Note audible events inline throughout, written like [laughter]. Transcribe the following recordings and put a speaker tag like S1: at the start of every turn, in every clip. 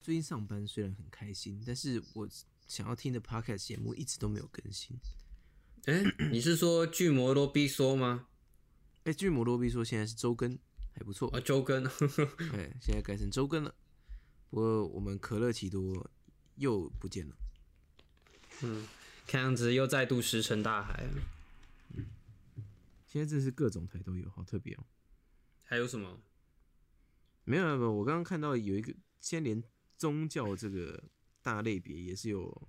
S1: 最近上班虽然很开心，但是我想要听的 podcast 节目一直都没有更新。
S2: 哎，你是说巨魔罗比说吗？
S1: 哎、巨魔罗比说现在是周更，还不错。
S2: 啊，周更， [laughs]
S1: 哎、现在改成周更了。不过我们可乐奇多又不见了。
S2: 看样子又再度石沉大海了。
S1: 现在真是各种台都有，好特别哦。
S2: 还有什么？
S1: 没有没有没有，我刚刚看到有一个，现在连宗教这个大类别也是有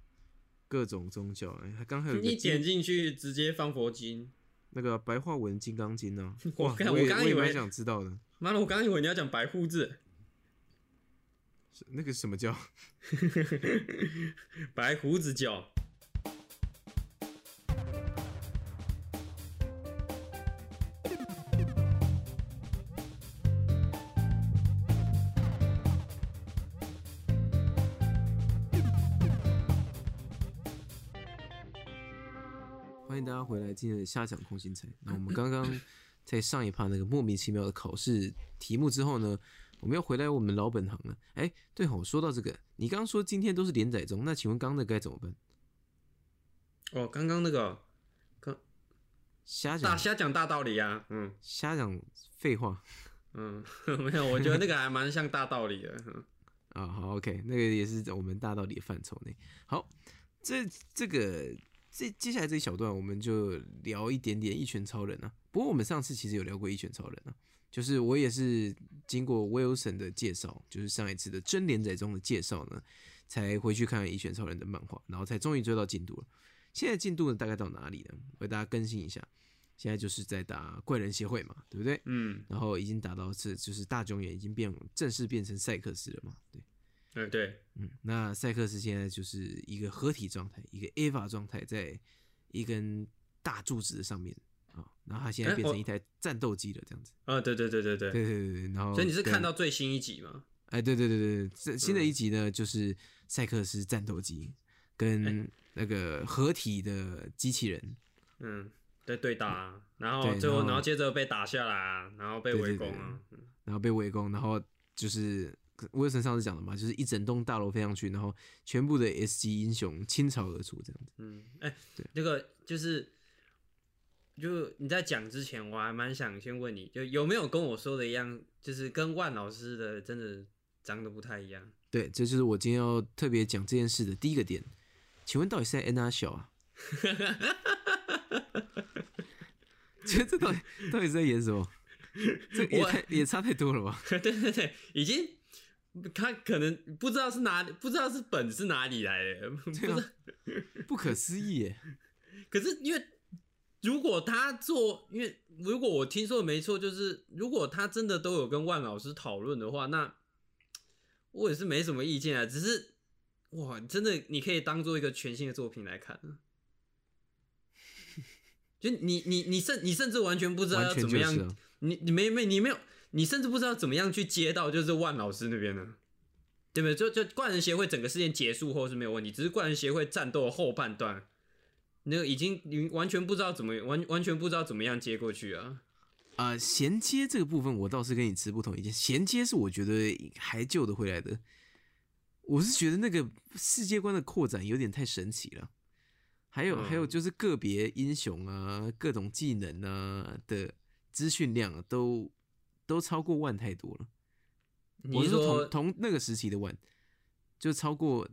S1: 各种宗教。哎、还刚还有一个
S2: 一点
S1: 金
S2: 进去直接放佛经。
S1: 那个白话文《金刚经》呢、
S2: 我
S1: 哇，[laughs]
S2: 刚
S1: 我也
S2: 我刚
S1: 也
S2: 以为
S1: 蛮想知道的，
S2: 妈的，我刚以为你要讲白户字，
S1: 是那个什么叫？
S2: 白胡子教。
S1: 欢迎大家回来，今天的瞎讲空心菜。那我们刚刚在上一趴那个莫名其妙的考试题目之后呢，我们要回来我们老本行了。哎，对吼，说到这个，你刚刚说今天都是连载中，那请问刚刚那个该怎么办？
S2: 哦，刚刚那个哦
S1: 瞎
S2: 大
S1: 讲，
S2: 瞎讲大道理啊，嗯
S1: 瞎讲废话
S2: 嗯， [laughs] 没有，我觉得那个还蛮像大道理的。嗯
S1: 啊！好，OK，那个也是我们大道理的范畴内。好，这这个这接下来这一小段，我们就聊一点点一拳超人啊。不过我们上次其实有聊过一拳超人啊，就是我也是经过 Wilson 的介绍，就是上一次的真连载中的介绍呢，才回去看了一拳超人的漫画，然后才终于追到进度了。现在进度呢大概到哪里呢？为大家更新一下，现在就是在打怪人协会嘛，对不对？
S2: 嗯，
S1: 然后已经打到是就是大中原已经变正式变成赛克斯了嘛，对。
S2: 哎对，
S1: 嗯，那赛克斯现在就是一个合体状态，一个 Ava 状态，在一根大柱子的上面啊，然后它现在
S2: 哎
S1: 变成
S2: 我
S1: 一台战斗机了，这样子。
S2: 啊对对对对对，
S1: 对对对对，然后
S2: 所以你是
S1: 对
S2: 看到嗯最新一集吗？
S1: 哎，对对对对，对这新的一集呢，就是赛克斯战斗机跟那个合体的机器人，
S2: 嗯，对对打啊，然后
S1: 对
S2: 最后
S1: 然后
S2: 然后接着被打下来啊，然后被
S1: 对
S2: 围
S1: 对
S2: 攻
S1: 对
S2: 啊，
S1: 然后被围攻，然后就是威森上次讲的嘛，就是一整栋大楼飞上去，然后全部的 S 级英雄倾巢而出，这样子。
S2: 嗯，哎、那个就是，就你在讲之前，我还蛮想先问你，就有没有跟我说的一样，就是跟万老师的真的长得不太一样。 [laughs]
S1: 对，这就是我今天要特别讲这件事的第一个点。请问到底是在 N R 小啊？ [laughs] 觉得这到底到底是在演什么？这也
S2: 我
S1: 太也差太多了吧？
S2: 对对对，已经他可能不知道是哪里，不知道是本是哪里来的，不知
S1: 对
S2: 道
S1: 啊。，不可思议耶！
S2: 可是因为如果他做，因为如果我听说的没错，就是如果他真的都有跟万老师讨论的话，那我也是没什么意见啊。只是哇，真的你可以当做一个全新的作品来看啊。就你你你甚你甚至完全不知道要
S1: 完全
S2: 怎么
S1: 就
S2: 样，
S1: 是、啊，
S2: 你你没没你没有，你甚至不知道怎么样去接到就是万老师那边呢，对不对？就就怪人协会整个事件结束后是没有问题，只是怪人协会战斗的后半段，那个已经你完全不知道怎么完完全不知道怎么样接过去啊。
S1: 呃，衔接这个部分我倒是跟你持不同意见，衔接是我觉得还救得回来的。我是觉得那个世界观的扩展有点太神奇了，还有、还有
S2: 嗯
S1: 就是个别英雄啊、各种技能啊的资讯量、啊、都都超过万太多了。
S2: 你
S1: 我
S2: 是
S1: 是说
S2: 说，
S1: 同同那个时期的万，就超过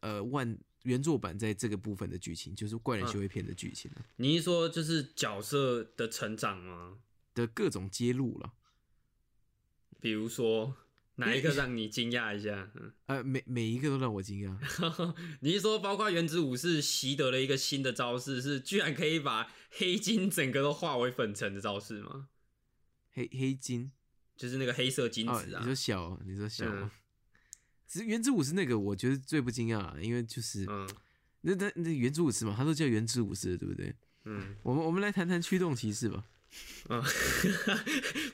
S1: 呃万原作版在这个部分的剧情，就是怪人
S2: 嗯
S1: 修会片的剧情、啊、
S2: 你是说就是角色的成长吗？
S1: 的各种揭露了。
S2: 比如说哪一个让你惊讶一下？嗯
S1: 呃，每每一个都让我惊讶。
S2: 你是说，包括原子武士习得了一个新的招式，是居然可以把黑金整个都化为粉尘的招式吗？
S1: 黑黑金，
S2: 就是那个黑色金
S1: 哦，
S2: 子啊。
S1: 你说小哦，你说小
S2: 嗯
S1: 吗？ [laughs] 其实原之武士那个，我觉得最不惊讶啊，因为就是、
S2: 嗯
S1: 那那那原之武士嘛，他都叫原之武士了，对不对？
S2: 嗯
S1: 我们我们来谈谈驱动骑士吧。
S2: 嗯， [laughs]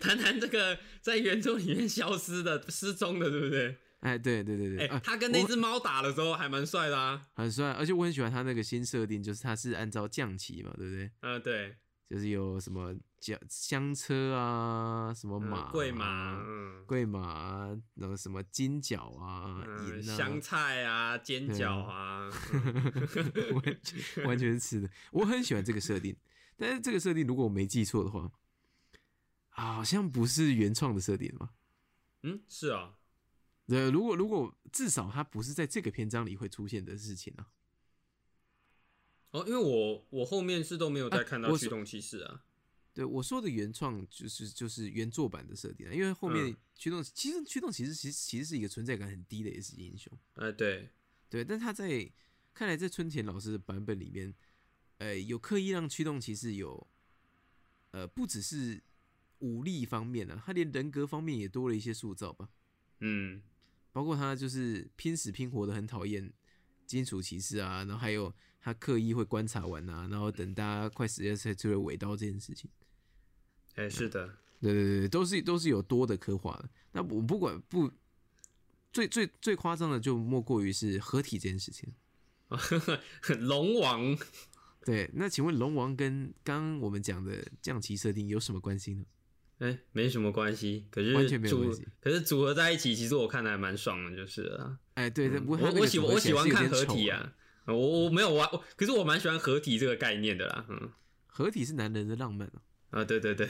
S2: 谈谈这个在原作里面消失的、失踪的，对不对？
S1: 哎，对对对对，
S2: 哎、
S1: 啊
S2: 他跟
S1: 我
S2: 那只猫打的时候还蛮帅的啊。
S1: 很帅，而且我很喜欢他那个新设定，就是他是按照降旗嘛，对不对？
S2: 嗯、对，
S1: 就是有什么轿香车啊，什么
S2: 嗯
S1: 马、
S2: 贵马，、嗯，
S1: 贵马啊，然后什么金角啊、银、
S2: 嗯，
S1: 啊，
S2: 香菜啊，煎饺啊，
S1: [laughs]
S2: 嗯
S1: 完全完全是吃的。我很喜欢这个设定，但是这个设定如果我没记错的话，啊好像不是原创的设定吧？
S2: 嗯， [laughs] 是啊，
S1: 呃，如果如果至少它不是在这个篇章里会出现的事情啊。
S2: 哦，因为我我后面是都没有再
S1: 啊
S2: 看到
S1: 我
S2: 驱
S1: 说
S2: 动骑士啊，
S1: 对我说的原创就是就是原作版的设定啊，因为后面
S2: 嗯
S1: 驱动、其实驱动其实其实其实是一个存在感很低的 S 级英雄，
S2: 哎，对，
S1: 对，但他在看来在春田老师的版本里面，呃，有刻意让驱动骑士有，呃，不只是武力方面啊，他连人格方面也多了一些塑造吧，
S2: 嗯，
S1: 包括他就是拼死拼活的很讨厌金属骑士啊，然后还有他刻意会观察完啊，然后等大家快死了才出来尾刀这件事情。
S2: 哎，是的， [laughs]
S1: 对对对对，都是都是有多的刻画的。那我不管不，最最最夸张的就莫过于是合体这件事情。
S2: 龙王，
S1: 对，那请问龙王跟刚刚我们讲的降旗设定有什么关系呢？
S2: 哎，没什么关系，可是
S1: 完全没有
S2: 组
S1: 关系
S2: 可是组合在一起，其实我看的还蛮爽的，就是了啊。
S1: 哎，对，对，
S2: 嗯
S1: 不过
S2: 我
S1: 他那个
S2: 我喜
S1: 组
S2: 欢
S1: 合
S2: 我
S1: 起
S2: 喜
S1: 来
S2: 欢
S1: 是有
S2: 看
S1: 点
S2: 合
S1: 丑
S2: 体
S1: 啊，
S2: 啊，我我没有玩，我可是我蛮喜欢合体这个概念的啦，嗯
S1: 合体是男人的浪漫啊。
S2: 啊，
S1: [laughs]
S2: 对对对，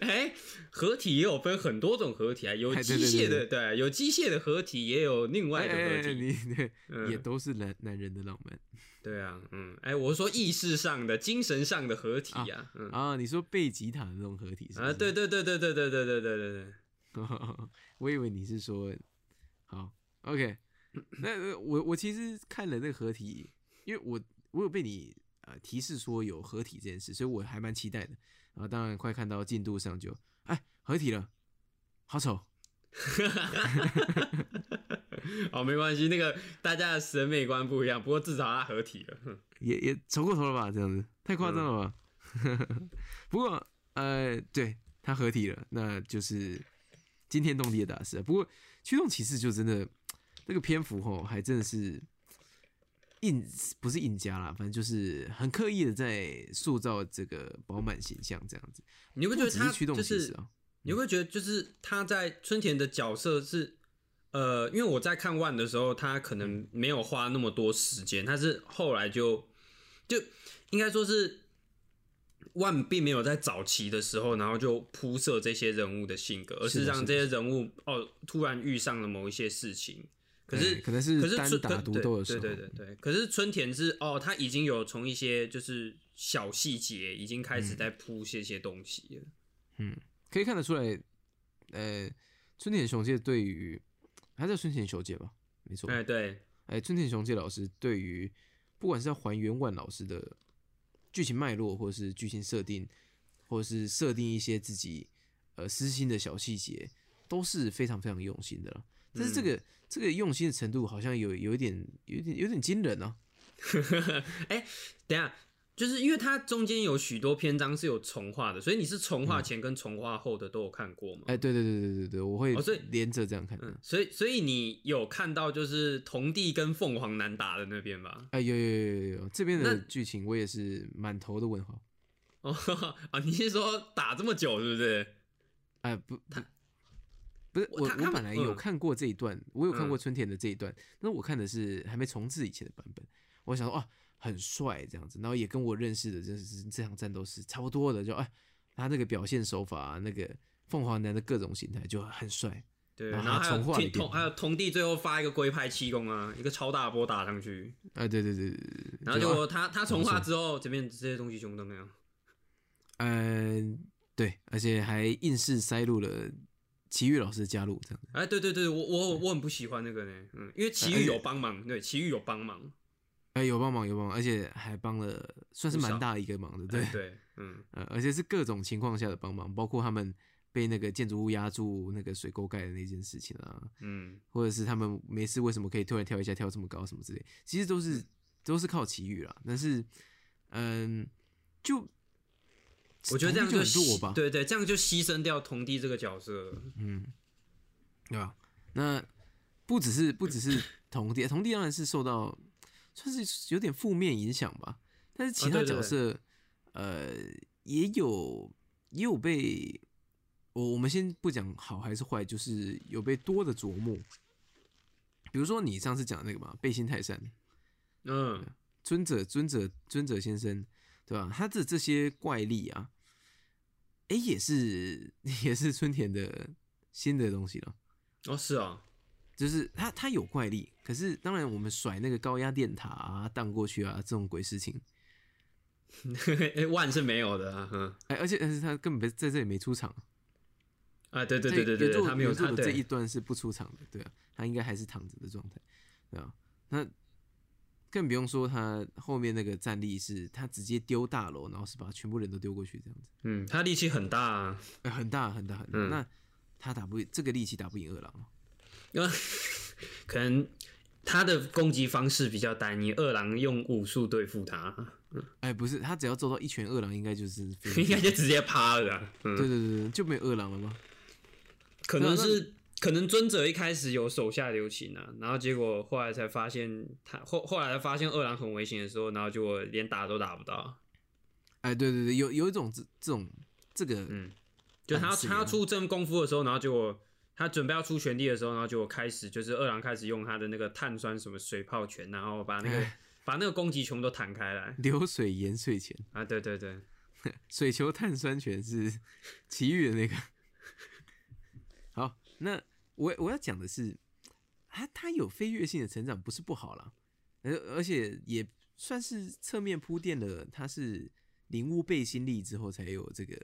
S2: 哎，合体也有分很多种合体啊，有
S1: 哎对
S2: 机
S1: 对
S2: 械
S1: 对
S2: 的，对，有机械的合体，也有另外
S1: 哎
S2: 的
S1: 哎
S2: 合
S1: 哎，
S2: 体，
S1: 你对，也
S2: 嗯，
S1: 都是男男人的浪漫
S2: 对啊，嗯，哎，我说意识上的、精神上的合体
S1: 啊
S2: 呀，嗯
S1: 啊。你说贝吉塔的那种合体是不
S2: 啊，
S1: 是
S2: 对，对对对对对对对对对对，
S1: [laughs] 我以为你是说好 OK 那。那我我其实看了那个合体，因为我我有被你呃提示说有合体这件事，所以我还蛮期待的。然后当然快看到进度上就哎合体了，好丑。
S2: [laughs] 哦，没关系，那个大家的审美观不一样，不过至少它合体了，嗯哼
S1: 也也丑过头了吧？这样子太夸张了吧？
S2: 嗯
S1: [laughs] 不过呃，对他合体了，那就是惊天动地的大事啊。不过驱动骑士就真的那个篇幅吼，还真的是硬不是硬加啦，反正就是很刻意的在塑造这个饱满形象这样子。
S2: 你会
S1: 不
S2: 觉得
S1: 只
S2: 它
S1: 是驱动
S2: 就
S1: 骑
S2: 是
S1: 士啊，
S2: 你会觉得就是他在春田的角色是，呃，因为我在看 One 的时候，他可能没有花那么多时间，他是后来就就应该说是 One 并没有在早期的时候，然后就铺设这些人物的性格，而
S1: 是的
S2: 是让
S1: 是的
S2: 这些人物哦突然遇上了某一些事情，可是
S1: 对可能
S2: 可
S1: 哎是
S2: 是
S1: 单
S2: 春
S1: 打
S2: 可
S1: 独
S2: 对
S1: 斗的时候，
S2: 对对对对，可是春田是哦，他已经有从一些就是小细节已经开
S1: 嗯
S2: 始在铺这些东西了。
S1: 可以看得出来，呃，春田雄介对于他叫春田雄介吧，没错，
S2: 哎、对，
S1: 哎，春田雄介老师对于不管是要还原万老师的剧情脉络，或是剧情设定，或是设定一些自己呃私心的小细节，都是非常非常用心的了。但是这个、这个用心的程度好像有有一点有一点有点惊人啊！
S2: 哎、等一下，就是因为它中间有许多篇章是有重画的，所以你是重画前跟重画后的都有看过吗？
S1: 哎，对对对对对对，我会
S2: 哦所以
S1: 连着这样看的。
S2: 嗯，所以所以你有看到就是童帝跟凤凰难打的那边吧？
S1: 哎，有有有有有，这边的
S2: 那
S1: 剧情我也是满头的问号。
S2: 哦 [laughs] 啊，你是说打这么久是不是？
S1: 哎，不不，不是
S2: 我
S1: 我
S2: 他他
S1: 我
S2: 们
S1: 本来有
S2: 嗯
S1: 看过这一段，我有看过
S2: 嗯
S1: 春田的这一段，那我看的是还没重置以前的版本。我想说啊，很帅这样子，然后也跟我认识的这是这场战斗是差不多的，就哎，他那个表现手法、啊那个凤凰男的各种形态就很帅。
S2: 对，
S1: 然后
S2: 然后还有
S1: 啊重画了一
S2: 天
S1: 遍
S2: 童还有童帝最后发一个龟派气功啊，一个超大波打上去，
S1: 啊，对对对对对，对啊
S2: 然后结
S1: 就
S2: 果他他重画
S1: 错
S2: 之后，这边这些东西全部都没有。
S1: 嗯、对，而且还硬是塞入了奇遇老师的加入这样子。
S2: 哎，对对对，我我我很不喜欢那个呢，嗯，因为奇
S1: 哎
S2: 遇有帮忙，对，奇遇有帮忙，
S1: 哎、有帮忙有帮忙，而且还帮了，算是
S2: 不少
S1: 蛮大一个忙的，对
S2: 哎，对，嗯，
S1: 呃，而且是各种情况下的帮忙，包括他们被那个建筑物压住那个水沟盖的那件事情啊，
S2: 嗯，
S1: 或者是他们没事为什么可以突然跳一下跳这么高什么之类，其实都是都是靠奇遇啦。但是，嗯，就
S2: 我觉得这样
S1: 同
S2: 就
S1: 地就很弱
S2: 牺
S1: 吧，
S2: 对对，这样就牺牲掉童弟这个角色了。
S1: 嗯，对吧？那不只是不只是
S2: [coughs]
S1: 同弟，同弟当然是受到算是有点负面影响吧，但是其
S2: 啊
S1: 他
S2: 对对
S1: 角
S2: 对
S1: 色、呃，也有也有被我我们先不讲好还是坏，就是有被多的琢磨。比如说你上次讲的那个嘛，背心泰山，
S2: 嗯，
S1: 尊者尊者尊者先生，对吧？他的这些怪力啊，哎、也是 [laughs] 也是春田的新的东西了。
S2: 哦， [laughs] 是啊，
S1: 就是他他有怪力，可是当然我们甩那个高压电塔啊荡过去啊这种鬼事情，
S2: 哎，万是没有的啊，嗯，
S1: 哎、而且但是他根本没在这里没出场，
S2: 啊，对对对对对
S1: 原
S2: 对，
S1: 作
S2: 他没有
S1: 原作
S2: 他
S1: 的这一
S2: 对，嗯
S1: 段是不出场的，对啊，他应该还是躺着的状态，对啊，那更不用说他后面那个战力是他直接丢大楼，然后是把全部人都丢过去这样子。
S2: 嗯，他力气很大啊，
S1: 呃，很大很大很大。
S2: 嗯
S1: 那他打不这个力气打不赢二郎哦，
S2: [laughs] 可能他的攻击方式比较单一，二郎用武术对付他，嗯
S1: 哎，不是，他只要做到一拳二郎，应该
S2: [laughs]
S1: 就是非常
S2: 应该就直接趴了啊，嗯，
S1: 对对对对，就没有二郎了吗？
S2: 可能
S1: 那
S2: 是可能尊者一开始有手下留情啊，然后结果后来才发现他后后来才发现二郎很危险的时候，然后结果连打都打不到。
S1: 哎，对对对，有有一种这这种这个，
S2: 嗯，就他
S1: 暗
S2: 要
S1: 示
S2: 他要
S1: 啊
S2: 出真功夫的时候，然后结果他准备要出全力的时候，然后结果开始就是二郎开始用他的那个碳酸什么水泡拳，然后把那个
S1: 哎
S2: [laughs] 把那个攻击全部都弹开来
S1: 流水 [laughs] 盐水钱，
S2: 啊！对对对，
S1: 水球碳酸泉是奇遇的那个。好，那我我要讲的是，他他有飞跃性的成长，不是不好啦，而而且也算是侧面铺垫了，他是领悟背心力之后才有这个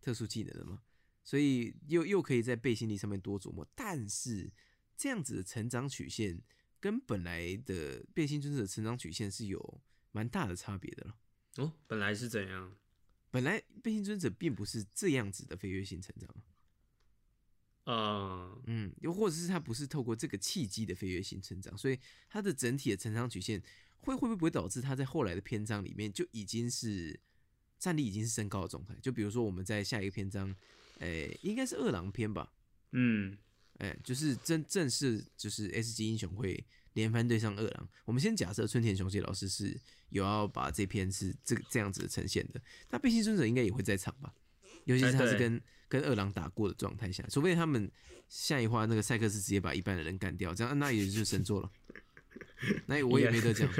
S1: 特殊技能的嘛，所以又又可以在背心力上面多琢磨。但是这样子的成长曲线跟本来的背心尊者的成长曲线是有蛮大的差别的了。
S2: 哦，本来是怎样？
S1: 本来变性尊者并不是这样子的飞跃性成长，
S2: 啊、
S1: 嗯，又或者是他不是透过这个契机的飞跃性成长，所以他的整体的成长曲线会会不会导致他在后来的篇章里面就已经是战力已经是升高的状态？就比如说我们在下一个篇章，诶、应该是二郎篇吧，
S2: 嗯，
S1: 哎，就是正正式就是 S 级英雄会连番对上二郎。我们先假设春田雄介老师是有要把这篇是这个这样子的呈现的，那背心尊者应该也会在场吧？尤其
S2: 哎
S1: 是他是
S2: 对
S1: 跟、跟二郎打过的状态下，除非他们下一话那个赛克斯直接把一半的人干掉，这样啊那也就是神作了。那我也没得
S2: [laughs]
S1: 讲，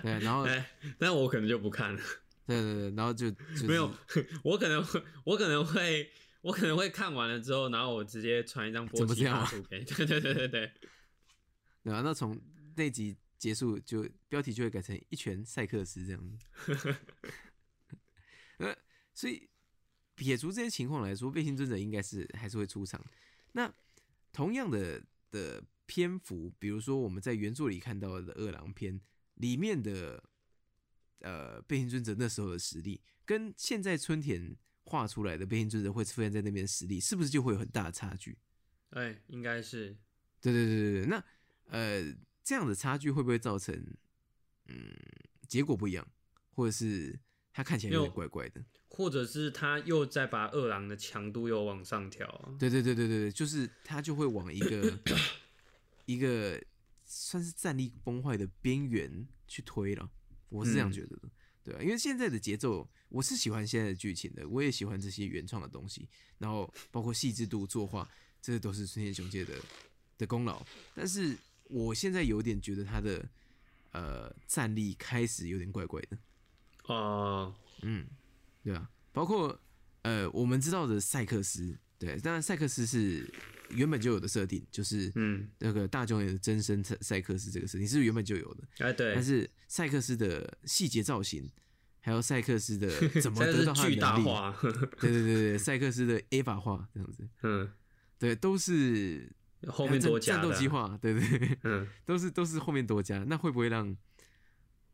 S1: 对，然后对
S2: 哎，那我可能就不看了。
S1: 对对，然后就、就是、[laughs]
S2: 没有， [laughs] 我可能会，我可能会，我可能会看完了之后，然后我直接传一张波
S1: 怎么
S2: 奇
S1: 这样
S2: 卡
S1: 啊
S2: 图给你。对对对对对，
S1: 对啊，那从那集结束就标题就会改成一拳赛克斯这样子。 [laughs] 呃，所以撇除这些情况来说，背心尊者应该是还是会出场。那同样的的篇幅，比如说我们在原作里看到的二郎篇里面的呃背心尊者那时候的实力，跟现在春田画出来的背心尊者会出现在那边的实力，是不是就会有很大的差距？
S2: 哎，应该是，
S1: 对对对对对，那呃，这样的差距会不会造成嗯结果不一样，或者是他看起来有
S2: 因
S1: 点
S2: 为
S1: 怪怪的？
S2: 或者是他又在把二郎的强度又往上调啊。
S1: 对对对对对对，就是他就会往一个一个算是战力崩坏的边缘去推了，我是这样
S2: 嗯
S1: 觉得的。对啊，因为现在的节奏，我是喜欢现在的剧情的，我也喜欢这些原创的东西，然后包括细致度、作画，这都是春田雄介的的功劳。但是我现在有点觉得他的呃战力开始有点怪怪的。
S2: 哦、
S1: 嗯，对啊，包括呃，我们知道的赛克斯，对，当然赛克斯是原本就有的设定，就是
S2: 嗯，
S1: 那个大久野的真身赛赛克斯这个设定是原本就有的，
S2: 哎，对，
S1: 但是赛克斯的细节造型，还有赛克斯的怎
S2: [laughs]
S1: 么
S2: 这
S1: 得
S2: 是
S1: 到他的
S2: 巨大
S1: 能力，
S2: 化，
S1: 对对对对，赛克斯的 A 法化这样子，
S2: 嗯，
S1: 对，都是
S2: 后面
S1: 战
S2: 多加
S1: 战
S2: 的
S1: 斗
S2: 啊，
S1: 计划，对对对，
S2: 嗯，
S1: 都是都是后面多加， [laughs] 那会不会让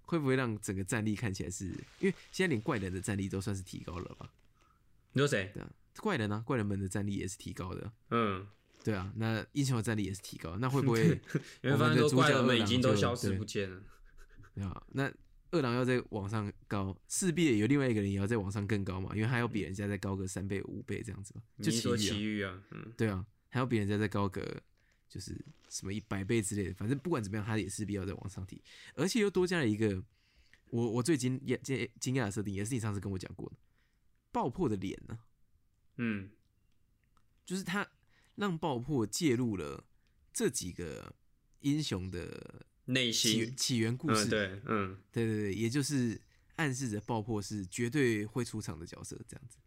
S1: 会不会让整个战力看起来是因为现在连怪人的战力都算是提高了吧？
S2: 你说谁？
S1: 对啊，怪人啊，怪人们的战力也是提高的，
S2: 嗯，
S1: 对啊，那英雄的战力也是提高，那会不会
S2: 因为发现都怪人们已经
S1: 我
S2: 都
S1: 哦们的主角二郎就
S2: 消失
S1: 对
S2: 不见了。
S1: 对啊？那二郎要再往上高，势必有另外一个人也要再往上更高嘛，因为他要比人家再高个三倍五倍这样子吧，
S2: 你
S1: 就
S2: 一说
S1: 奇
S2: 奇
S1: 遇啊，
S2: 遇啊，嗯，
S1: 对啊，还要比人家再高个就是什么一百倍之类的，反正不管怎么样，他也势必要再往上提，而且又多加了一个我我最惊也惊惊讶的设定也是你上次跟我讲过的，爆破的脸啊呢、
S2: 嗯，
S1: 就是他让爆破介入了这几个英雄的
S2: 内
S1: 起
S2: 心，
S1: 起源故事，
S2: 嗯，对，嗯，
S1: 对对对，也就是暗示着爆破是绝对会出场的角色，这样子，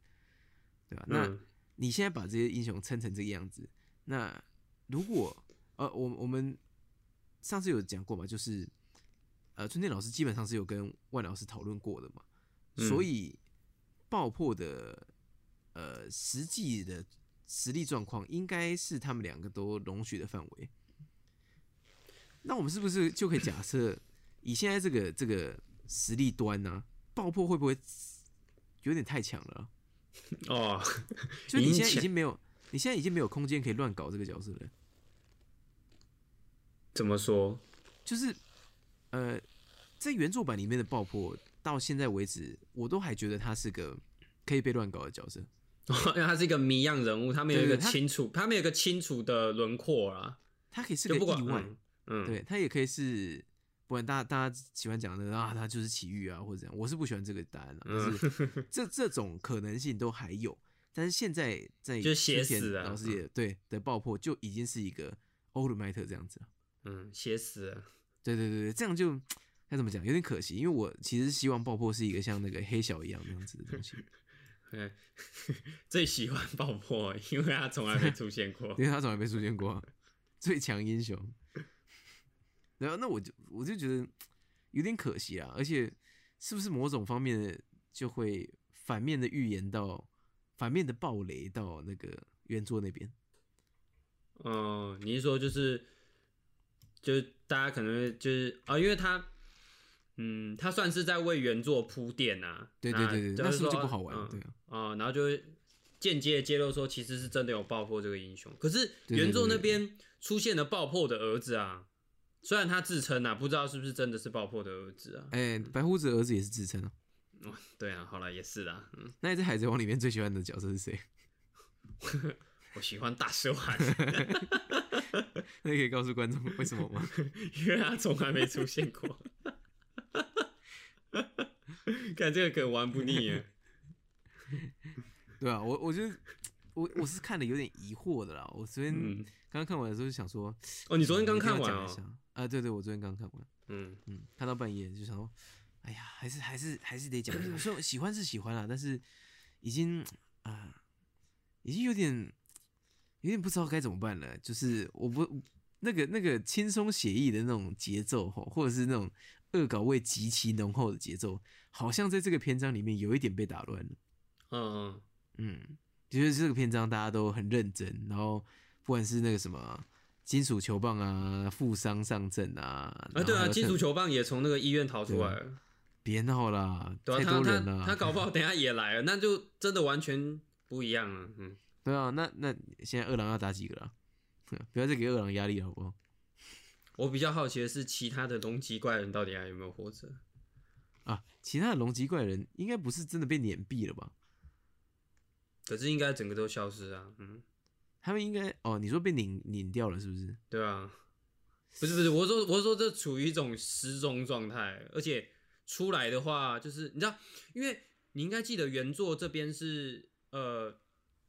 S1: 对吧、那、
S2: 嗯
S1: 你现在把这些英雄撑成这个样子，那如果呃，我我们上次有讲过嘛，就是呃，春天老师基本上是有跟万老师讨论过的嘛，
S2: 嗯
S1: 所以爆破的呃实际的实力状况应该是他们两个都容许的范围。那我们是不是就可以假设，以现在这个这个实力端呢、爆破会不会有点太强了啊、
S2: 哦， [laughs]
S1: 就你
S2: 赢
S1: 现在已
S2: 钱
S1: 经没有，你现在已经没有空间可以乱搞这个角色了。
S2: 怎么说？ [laughs]
S1: 就是，呃，在原作版里面的爆破，到现在为止，我都还觉得他是个可以被乱搞的角色。
S2: 因为他是一个谜样人物，他没有一个
S1: 对对他
S2: 清楚，他没有一个清楚的轮廓啦，
S1: 他可以是
S2: 就
S1: 个
S2: 不管
S1: 意外，
S2: 嗯嗯，
S1: 对他也可以是，不然大家大家喜欢讲的啊，他就是奇遇啊，或者怎样。我是不喜欢这个答案啊，但
S2: 嗯
S1: 是这这种可能性都还有。但是现在在
S2: 就写
S1: 之前
S2: 死了啊嗯
S1: 老师也对的爆破就已经是一个欧鲁麦特这样子了。
S2: 嗯，写死了，
S1: 对对对对，这样就该怎么讲，有点可惜，因为我其实希望爆破是一个像那个黑小一样那样子的东西，
S2: 嗯， [laughs] 最喜欢爆破，因为他从来没出现过
S1: 因。为他从来没出现过啊、最强英雄。然后那我就我就觉得有点可惜啊，而且是不是某种方面的就会反面的预言到反面的暴雷到那个原作那边？
S2: 嗯，你是说就是，就是大家可能会就是啊、因为他，嗯，他算是在为原作铺垫啊。
S1: 对对对对，
S2: 那
S1: 那是不
S2: 说
S1: 是就不好玩了？
S2: 嗯
S1: 对啊，
S2: 啊、然后就会间接地揭露说，其实是真的有爆破这个英雄，可是
S1: 对对
S2: 原作
S1: 对对
S2: 那边出现了爆破的儿子啊，虽然他自称啊，不知道是不是真的是爆破的儿子啊。
S1: 哎、白胡子儿子也是自称啊。
S2: 对啊，好了，也是啦，嗯，
S1: 那你在海贼王里面最喜欢的角色是谁？ [laughs]
S2: 我喜欢大蛇丸，
S1: 那你可以告诉观众为什么吗？
S2: 因为他从来没出现过。 [laughs] 看这个梗玩不
S1: [laughs]
S2: 腻耶。
S1: 对啊，我我觉得我我是看的有点疑惑的啦。我昨天
S2: 嗯
S1: 刚刚看完的时候就想说，
S2: 哦，你昨天
S1: 嗯
S2: 刚
S1: 一定要
S2: 看完
S1: 讲一下
S2: 哦。
S1: 啊，对对，我昨天刚看完，
S2: 嗯，
S1: 嗯，看到半夜就想说，哎呀，还是还是还是得讲一下。虽然喜欢是喜欢啦，但是已经啊、已经有点有点不知道该怎么办了。就是我不那个那个轻松写意的那种节奏吼，或者是那种恶搞味极其浓厚的节奏，好像在这个篇章里面有一点被打乱了。
S2: 嗯
S1: 嗯，就是这个篇章大家都很认真，然后不管是那个什么金属球棒啊、负伤上阵啊，
S2: 嗯，啊，
S1: 然后
S2: 对
S1: 还
S2: 啊，
S1: 有
S2: 金
S1: 像
S2: 属球棒也从那个医院逃出来了。
S1: 别闹啦，
S2: 对啊，
S1: 太
S2: 他
S1: 多
S2: 他
S1: 人了，
S2: 他搞不好等一下也来了，那就真的完全不一样了。嗯，
S1: 对啊，那那现在二郎要打几个啦？不要再给二郎压力了，好不好？
S2: 我比较好奇的是，其他的龙脊怪人到底还有没有活着？
S1: 啊，其他的龙脊怪人应该不是真的被碾毙了吧？
S2: 可是应该整个都消失啊。嗯，
S1: 他们应该哦，你说被碾碾掉了是不是？
S2: 对啊，不是不是，我说我说这处于一种失踪状态，而且出来的话，就是你知道，因为你应该记得原作这边是呃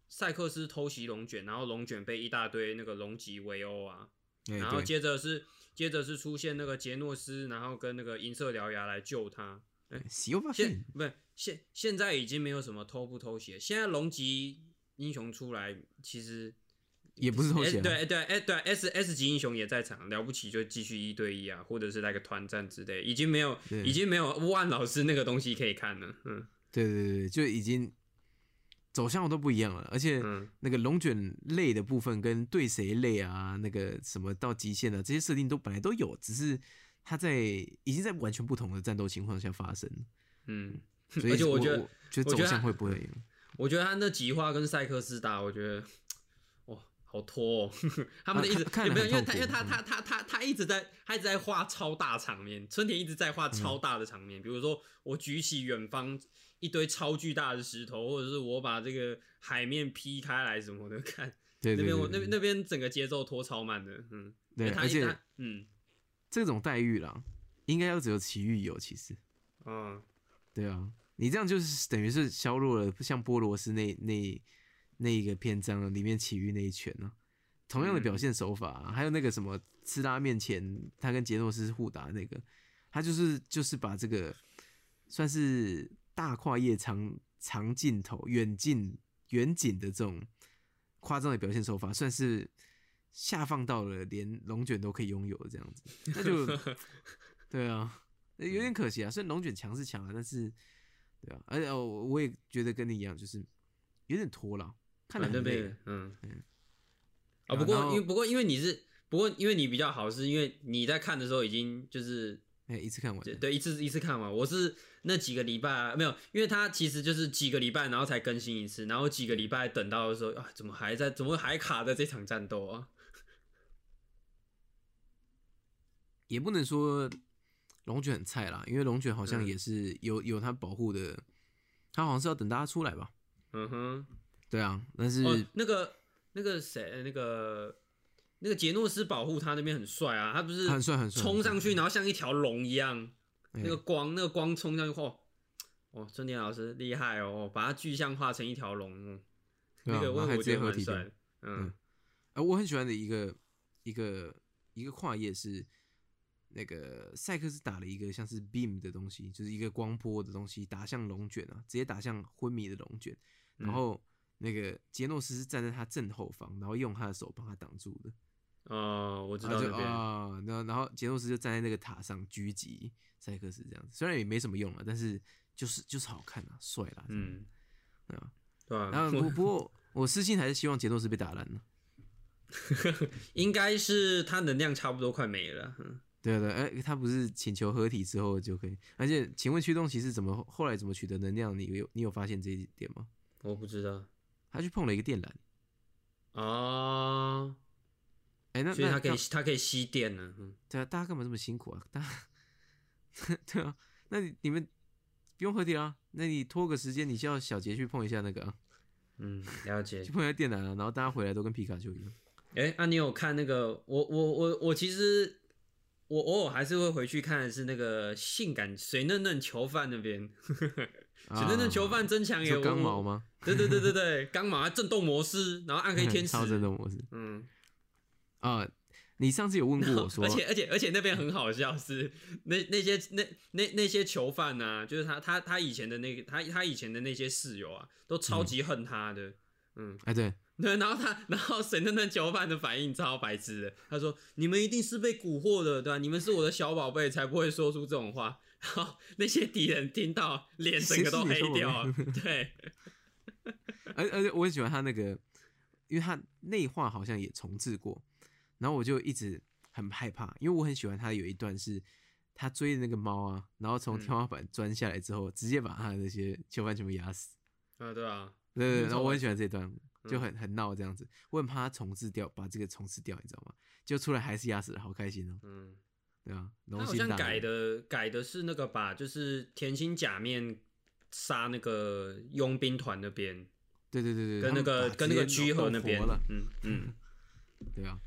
S2: 赛克斯偷袭龙卷，然后龙卷被一大堆那个龙脊围殴啊，
S1: 哎、
S2: 然后
S1: 对，
S2: 接着是接着是出现那个杰诺斯，然后跟那个银色獠牙来救他。
S1: 喜欢发
S2: 现
S1: 现，
S2: 不是现现在已经没有什么偷不偷袭了，现在龙级英雄出来，其实
S1: 也不是偷袭、
S2: 哎
S1: 啊，
S2: 对对哎对 S S 级英雄也在场，了不起就继续一对一啊，或者是来个团战之类，已经没有
S1: 对
S2: 已经没有万老师那个东西可以看了，嗯
S1: 对对对，就已经走向都不一样了，而且。
S2: 嗯
S1: 那个龙卷类的部分跟对谁类啊，那个什么到极限啊，这些设定都本来都有，只是它在已经在完全不同的战斗情况下发生，
S2: 嗯，
S1: 所以
S2: 而且我觉得
S1: 我觉得走
S2: 我觉得它
S1: 向会不会一样？
S2: 我觉得他那集化跟赛克斯打，我觉得。哇，好拖哦！ [laughs] 他们的一直、
S1: 啊看看得
S2: 没有，
S1: 很
S2: 因为他
S1: 痛苦嗯
S2: 因为他他他他他一直在他一直在画超大场面，春田一直在画
S1: 嗯
S2: 超大的场面，比如说我举起远方一堆超巨大的石头，或者是我把这个海面劈开来什么的，看
S1: 对
S2: 那
S1: 对
S2: 边我
S1: 对
S2: 那
S1: 对
S2: 边那边整个节奏拖超慢的，嗯，
S1: 对
S2: 因为他
S1: 而且
S2: 他嗯
S1: 这种待遇啦，应该要只有奇遇有，其实
S2: 嗯，
S1: 对啊，你这样就是等于是削弱了像波罗斯那那那一个篇章里面奇遇那一拳呢、同样的表现手法啊、还有那个什么吃拉面前他跟杰诺斯互打那个，他就是就是把这个算是大跨页长长镜头、远近远景的这种夸张的表现手法，算是下放到了连龙卷都可以拥有的这样子，那
S2: [laughs]
S1: 就对啊，那
S2: 嗯
S1: 有点可惜啊。虽然龙卷强是强啊，但是对啊，而且哦我我也觉得跟你一样，就是有点拖了，看得
S2: 反
S1: 很
S2: 正
S1: 累
S2: 被嗯
S1: 嗯
S2: 啊，
S1: 啊
S2: 不
S1: 然
S2: 过
S1: 后
S2: 因为不过因为你是不过因为你比较好，是因为你在看的时候已经就是
S1: 哎、一次看完
S2: 对
S1: 了。
S2: 对，一次一次看完。我是那几个礼拜、啊、没有，因为它其实就是几个礼拜，然后才更新一次，然后几个礼拜等到的时候啊，怎么还在，怎么还卡在这场战斗啊？
S1: 也不能说龙卷很菜啦，因为龙卷好像
S2: 嗯
S1: 也是有有他保护的，他好像是要等大家出来吧？
S2: 嗯哼，
S1: 对啊，但是、
S2: 哦，那个那个谁，那个那个杰诺斯保护他那边很帅啊，他不是
S1: 很帅很帅，
S2: 冲上
S1: 很帅
S2: 去，然后像一条龙一样，
S1: 哎
S2: 那个光那个光冲上去，嚯！哦，春田老师厉害哦，把它具象化成一条龙，嗯
S1: 对啊
S2: 那个
S1: 然后
S2: 我
S1: 还直
S2: 我觉
S1: 接
S2: 得
S1: 合
S2: 蛮
S1: 体
S2: 帅
S1: 的
S2: 的。嗯，
S1: 呃，我很喜欢的一个一个一个跨页是那个赛克斯打了一个像是 beam 的东西，就是一个光波的东西打向龙卷啊，直接打向昏迷的龙卷，然
S2: 嗯
S1: 后那个杰诺斯是站在他正后方，然后用他的手帮他挡住的，
S2: 哦，我知
S1: 嗯然
S2: 道
S1: 后就
S2: 那边。
S1: 啊，然后然后杰诺斯就站在那个塔上狙击赛克斯这样子，虽然也没什么用了，但是就是就是好看啊，帅啦，
S2: 嗯，
S1: 对啊，
S2: 对吧、
S1: 然后不
S2: 我
S1: 不过我私信还是希望杰诺斯被打烂了。
S2: 应该是他能量差不多快没了。嗯
S1: 对啊对啊，哎、他不是请求合体之后就可以？而且，请问驱动骑士怎么后来怎么取得能量？你有你有发现这一点吗？
S2: 我不知道
S1: 他去碰了一个电缆，
S2: 哦，
S1: 哎、那
S2: 所以
S1: 那
S2: 他可以
S1: 那
S2: 他可以吸电呢。嗯
S1: 对啊，大家干嘛这么辛苦啊？大家对啊，那你你们不用合体啦，那你拖个时间，你叫小杰去碰一下那个、啊，
S2: 嗯，了解
S1: 去。碰一下电缆啊，然后大家回来都跟皮卡丘一样。
S2: 哎、那、你有看那个？我我我我其实我偶尔还是会回去看的是那个性感水嫩嫩囚犯那边，水嫩嫩囚犯增强
S1: 你
S2: 耶，
S1: 说
S2: 我
S1: 刚啊毛？吗？
S2: 对对对对对， [laughs] 刚毛啊震动模式，然后
S1: [laughs]
S2: 暗黑天使，
S1: 超真的模式
S2: 嗯，
S1: 啊！你上次有问过我说，
S2: 而且而且而且那边很好笑是，那那些那那那些囚犯啊，就是他他他以前的那个他他以前的那些室友啊，都超级恨他的。 [laughs] 嗯，
S1: 哎、对，
S2: 对，然后他，然后沈嫩嫩囚犯的反应超白痴的，他说：“你们一定是被蛊惑的，对吧、你们是我的小宝贝，才不会说出这种话。” [laughs] 然后那些敌人听到，脸整个
S1: [laughs]
S2: 都黑掉了。对，
S1: 而而且我很喜欢他那个，因为他内化好像也重置过，然后我就一直很害怕，因为我很喜欢他有一段是他追的那个猫啊，然后从
S2: 嗯
S1: 天花板钻下来之后，直接把他的那些囚犯全部压死。
S2: 啊，对啊，
S1: 对对对，
S2: 没错
S1: 然后我很喜欢这一段，就
S2: 嗯
S1: 很很闹这样子，我很怕他重置掉，把这个重置掉，你知道吗？就出来还是压死了，好开心哦，
S2: 嗯，
S1: 对啊，
S2: 他
S1: 龙
S2: 好
S1: 心
S2: 像
S1: 大
S2: 改
S1: 怒，
S2: 的改的是那个吧，就是甜心假面杀那个佣兵团那边，
S1: 对对对对，
S2: 跟
S1: 他
S2: 那
S1: 们
S2: 个
S1: 把
S2: 跟那
S1: 直
S2: 个
S1: 接
S2: 居
S1: 弄
S2: 鹤
S1: 弄
S2: 那边
S1: 活了，
S2: 嗯
S1: [laughs]
S2: 嗯，
S1: 对啊，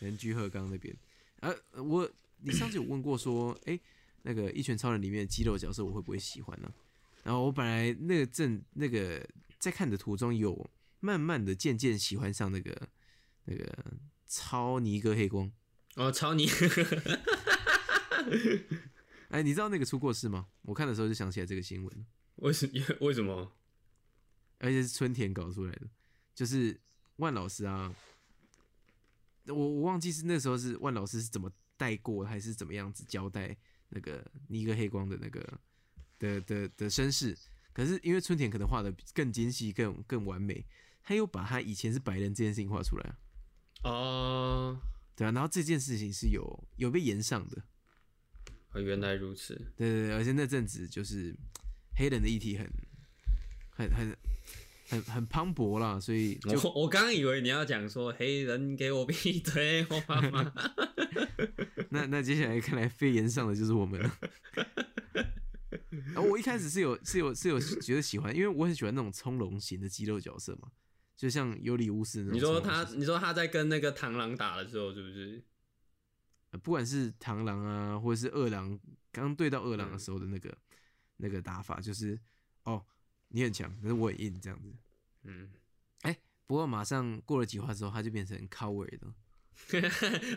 S1: 跟居鹤刚那边。啊，我你上次有问过说，哎、那个《一拳超人》里面的肌肉角色我会不会喜欢呢、然后我本来那个正那个在看的途中有慢慢的渐渐喜欢上那个那个超尼哥黑光。
S2: 哦，超你， [laughs]
S1: 哎、你知道那个出过事吗？我看的时候就想起来这个新闻了，
S2: 为什 [laughs] 为什么？
S1: 而且是春田搞出来的，就是万老师啊，我我忘记是那时候是万老师是怎么带过还是怎么样子交代那个尼哥黑光的那个的的的身世，可是因为春田可能画的更精细、更更完美，他又把他以前是白人这件事情画出来啊，
S2: 哦，
S1: 对啊，然后这件事情是有有被延上的，
S2: 哦原来如此。
S1: 对对对，而且那阵子就是黑人的议题很很很很很磅礴啦，所以就
S2: 我我刚以为你要讲说黑人给我闭嘴，我妈
S1: [laughs]
S2: 妈。
S1: 那那接下来看来肺炎上的就是我们了。啊，我一开始是有是有是有觉得喜欢，因为我很喜欢那种从容型的肌肉角色嘛，就像尤里乌斯那种
S2: 你
S1: 从容
S2: 说
S1: 型。
S2: 他，你说他在跟那个螳螂打的时候，是不是？
S1: 呃不管是螳螂啊，或者是饿狼，刚对到饿狼的时候的那个那个打法，就是哦，你很强，可是我很硬这样子。
S2: 嗯， [laughs]
S1: 不过马上过了几话之后，他就变成靠尾了。。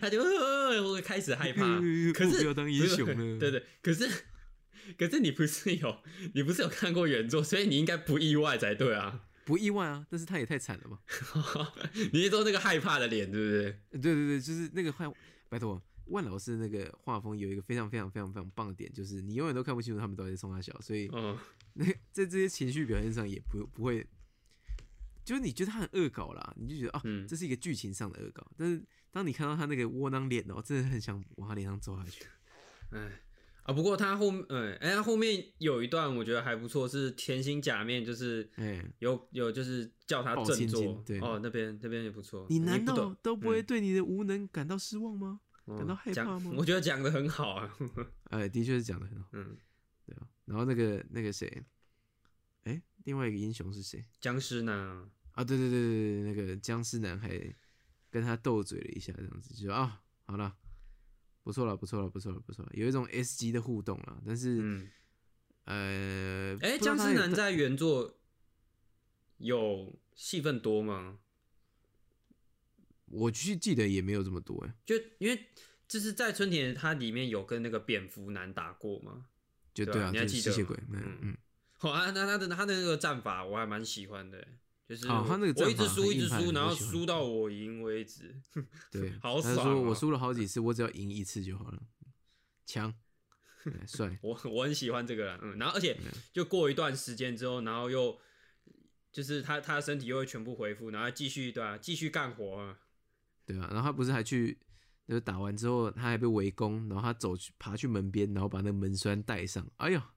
S2: 他就 [laughs] 呃会开始害怕
S1: [laughs]
S2: [laughs] 可
S1: 我
S2: 是
S1: 不要当英雄了
S2: 对 [laughs] 对，可是可是你不是有你不是有看过原作，所以你应该不意外才对啊。 [laughs]
S1: 不意外啊，但是他也太惨了吧？
S2: 你是说那个害怕的脸，对不对？
S1: 呃对对对，就是那个坏，拜托万老师那个画风有一个非常非常非常非常棒的点，就是你永远都看不清楚他们到底在冲他小，所以
S2: 嗯，
S1: 那在这些情绪表现上也不不会，就是你觉得他很恶搞啦，你就觉得啊，
S2: 嗯
S1: 这是一个剧情上的恶搞，但是当你看到他那个窝囊脸哦，真的很想往他脸上揍下去。
S2: 哎啊，不过他后面，嗯，哎，他后面有一段我觉得还不错，是甜心假面，就是
S1: 哎、
S2: [laughs] 有有就是叫他
S1: 抱
S2: 振
S1: 青
S2: 作
S1: 筋，对
S2: 哦，那边那边也不错。
S1: 你难
S2: 不
S1: 道
S2: 懂
S1: 都不会对你的无能感到失望吗？
S2: 嗯
S1: 感到害
S2: 讲
S1: 怕吗
S2: 我觉得讲的很好啊，
S1: 哎，的确是讲的很好，
S2: 嗯，
S1: 对啊。然后那个那个谁，哎、另外一个英雄是谁
S2: 僵尸呢？
S1: 啊？对对对对对，那个僵尸男孩跟他斗嘴了一下，这样子就啊，好了，不错了，不错了，不错了，不错了，有一种 S 级的互动了，但是。
S2: 嗯，
S1: 呃，
S2: 哎，
S1: 不知道
S2: 僵
S1: 他
S2: 尸
S1: 有
S2: 男在原作有戏份多吗？
S1: 我去记得也没有这么多哎，
S2: 就因为就是在春田，它里面有跟那个蝙蝠男打过 [laughs] 嘛。
S1: 就
S2: 对啊
S1: 对啊，
S2: 你还
S1: 就
S2: 记
S1: 是吸
S2: 得
S1: 血
S2: 吗
S1: 鬼，嗯
S2: 嗯
S1: 嗯，
S2: 好啊，那他的他的那个战法我还蛮喜欢的，就是
S1: 哦他那个
S2: 我一
S1: 战
S2: 直
S1: 法
S2: 输
S1: 很
S2: 一直
S1: 硬派
S2: 输，
S1: 我
S2: 然后
S1: 喜欢嗯
S2: 输到我赢为止。
S1: 对，
S2: [laughs] 好
S1: 他
S2: 爽
S1: 说我
S2: 哦
S1: 输了好几次，我只要赢一次就好了，强，哎帅，
S2: 我我很喜欢这个啦，嗯，然后而且就过一段时间之后，然后又就是他他的身体又会全部恢复，然后继续对吧、继续干活啊，
S1: 对啊，然后他不是还去，就是打完之后他还被围攻，然后他走去爬去门边，然后把那个门栓带上，哎呦，啊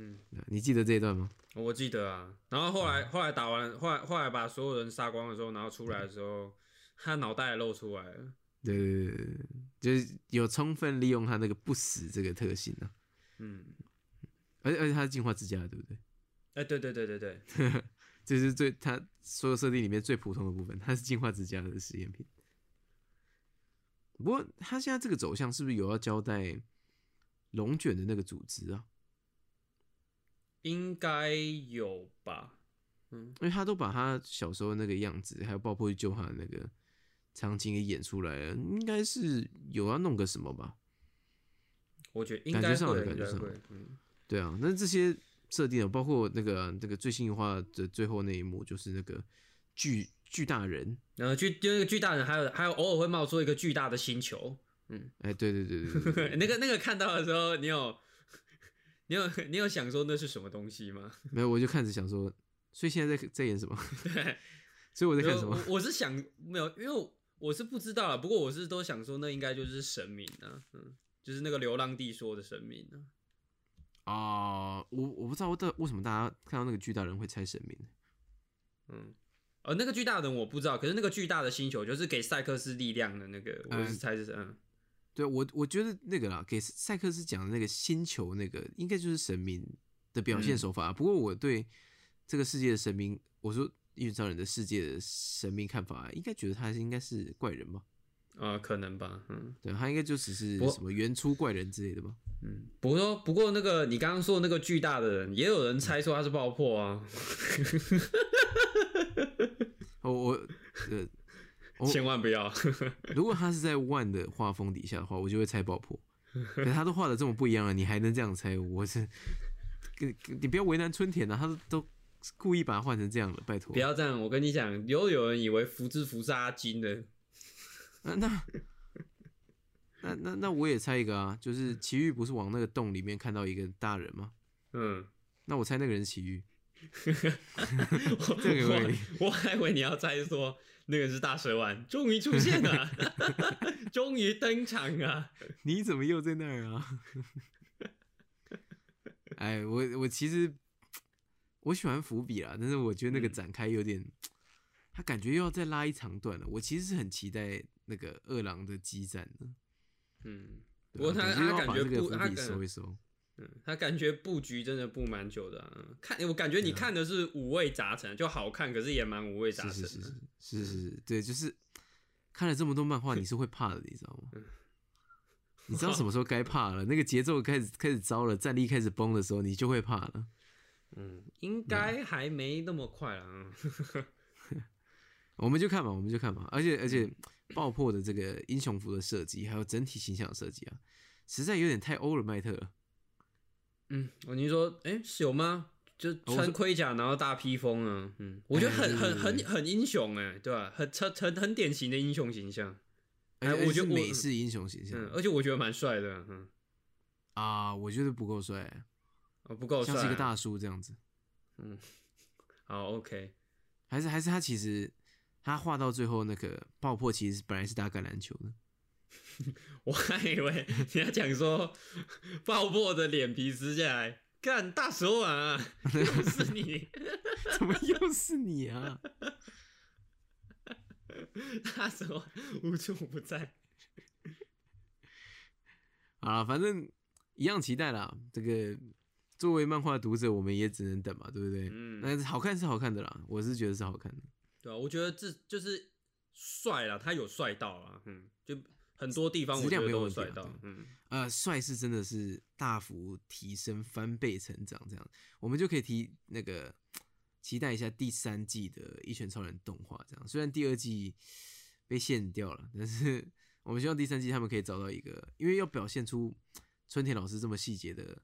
S2: 嗯，
S1: 你记得这一段吗？
S2: 我记得啊。然后后来
S1: 嗯
S2: 后来打完，后来后来把所有人杀光的时候，然后出来的时候，他脑袋露出来了，
S1: 对对对对对，就是有充分利用他那个不死这个特性啊，
S2: 嗯，
S1: 而且而且他是进化之家的，对不对？
S2: 哎、对对对对对，
S1: 这是最它所有设定里面最普通的部分，它是进化之家的实验品。不过它现在这个走向是不是有要交代龙卷的那个组织啊？
S2: 应该有吧，嗯，
S1: 因为他都把他小时候那个样子，还有爆破去救他的那个场景给演出来了，应该是有要弄个什么吧？
S2: 我觉得应
S1: 感觉
S2: 该
S1: 上有
S2: 会，
S1: 感
S2: 应
S1: 觉
S2: 该
S1: 上
S2: 会
S1: 有，
S2: 嗯，
S1: 对啊，那这些设定啊，包括那个那个最新话的最后那一幕，就是那个巨巨大人，
S2: 然后巨就那个巨大人还有还有偶尔会冒出一个巨大的星球， [laughs]
S1: 哎、对对对对对对对
S2: 那个那个看到的时候，你有 [laughs] 你有你有想说那是什么东西吗？
S1: 没有，我就看着想说，所以现在在在演什么？ [laughs]
S2: 对，
S1: 所以我
S2: 我
S1: 在看什
S2: [laughs]
S1: 么？
S2: 呃
S1: [laughs]
S2: 我我是想没有，因为我我是不知道了。不过我是都想说，那应该就是神明啊，嗯，就是那个流浪地说的神明啊。
S1: 啊、我我不知道到为什么大家看到那个巨大人会猜神明。
S2: 呃，那个巨大的我不知道，可是那个巨大的星球就是给赛克斯力量的那个，我
S1: 嗯
S2: 是猜是嗯
S1: 对我，我觉得那个啦，给塞克斯讲的那个星球那个，应该就是神明的表现
S2: 嗯
S1: 手法啊、不过我对这个世界的神明，我说异元超人的世界的神明看法啊，应该觉得他是应该是怪人吧？
S2: 啊、可能吧，嗯
S1: 对，他应该就只是
S2: 不过
S1: 什么原初怪人之类的吧？
S2: 嗯。不过不过那个你刚刚说的那个巨大的人，也有人猜说他是爆破啊，
S1: 哦，我呃，哦
S2: [laughs] 千万不要。
S1: 如果他是在万的画风底下的话，我就会猜爆破。可是他都画的这么不一样了，你还能这样猜？我是，跟跟你不要为难春田啊，他都都故意把它换成这样了，拜托。
S2: 不要这样，我跟你讲，有有人以为福之福是阿金的，
S1: 啊那那那那我也猜一个啊，就是奇遇不是往那个洞里面看到一个大人吗？
S2: 嗯，
S1: 那我猜那个人是奇遇。
S2: 我 [laughs]
S1: 这个有理
S2: 我我还以为你要再说那个是大蛇丸，终于出现了， [laughs] 终于登场啊！
S1: 你怎么又在那儿啊？ [laughs] 哎，我我其实我喜欢伏笔啦，但是我觉得那个
S2: 嗯
S1: 展开有点，他感觉又要再拉一长段了。我其实是很期待那个二郎的激战的，
S2: 嗯，
S1: 对
S2: 不
S1: 啊
S2: 过他
S1: 感觉又要
S2: 他感
S1: 把
S2: 觉
S1: 这个
S2: 不他
S1: 伏笔
S2: 感
S1: 收一收。
S2: 嗯，他感觉布局真的布蛮久的、啊，嗯看我感觉你看的是五味杂陈，就好看，可是也蛮五味杂
S1: 是
S2: 陈
S1: 是
S2: 的。
S1: 是
S2: 嗯
S1: 是是是，对，就是看了这么多漫画，你是会怕的，你知道吗？你知道什么时候该怕了，那个节奏开始开始糟了，战力开始崩的时候，你就会怕了。
S2: 嗯，应该还没那么快啦。嗯
S1: 我们就看吧，我们就看吧。而且而
S2: 嗯
S1: 且，爆破的这个英雄服的设计，还有整体形象的设计啊，实在有点太欧尔麦特了。
S2: 嗯，我你说，哎、是有吗？就穿盔甲，然后大披风啊，嗯，我觉得很
S1: 哎
S2: 很
S1: 对对
S2: 很
S1: 对
S2: 很英雄哎、对吧、很很很很典型的英雄形象，哎
S1: 而且
S2: 我觉
S1: 而且是
S2: 得我
S1: 美式英雄形象
S2: 嗯，而且我觉得蛮帅的，嗯，
S1: 啊，我觉得不够帅，
S2: 哦不够帅
S1: 像
S2: 啊，
S1: 是一个大叔这样子。
S2: 好 OK，
S1: 还是还是他其实他画到最后那个爆破，其实本来是打橄榄球的。 [laughs]
S2: 我还以为你要讲说爆破的脸皮撕下来，干大手腕啊，又是你，
S1: 怎么又是你啊？ [laughs]
S2: 大手腕无处不在，
S1: 啊，反正一样期待啦。这个作为漫画读者，我们也只能等嘛，对不对？
S2: 嗯，
S1: 那好看是好看的啦，我是觉得是好看的。
S2: 对啊，我觉得这就是帅啦，他有帅到啊，嗯，就很多地方
S1: 质
S2: 我觉
S1: 量
S2: 得
S1: 没有
S2: 都
S1: 问
S2: 有
S1: 题啊
S2: 帅到
S1: 对，
S2: 嗯。
S1: 呃，帅是真的是大幅提升、翻倍成长，这样我们就可以提那个期待一下第三季的《一拳超人》动画。这样虽然第二季被限掉了，但是我们希望第三季他们可以找到一个，因为要表现出春田老师这么细节的，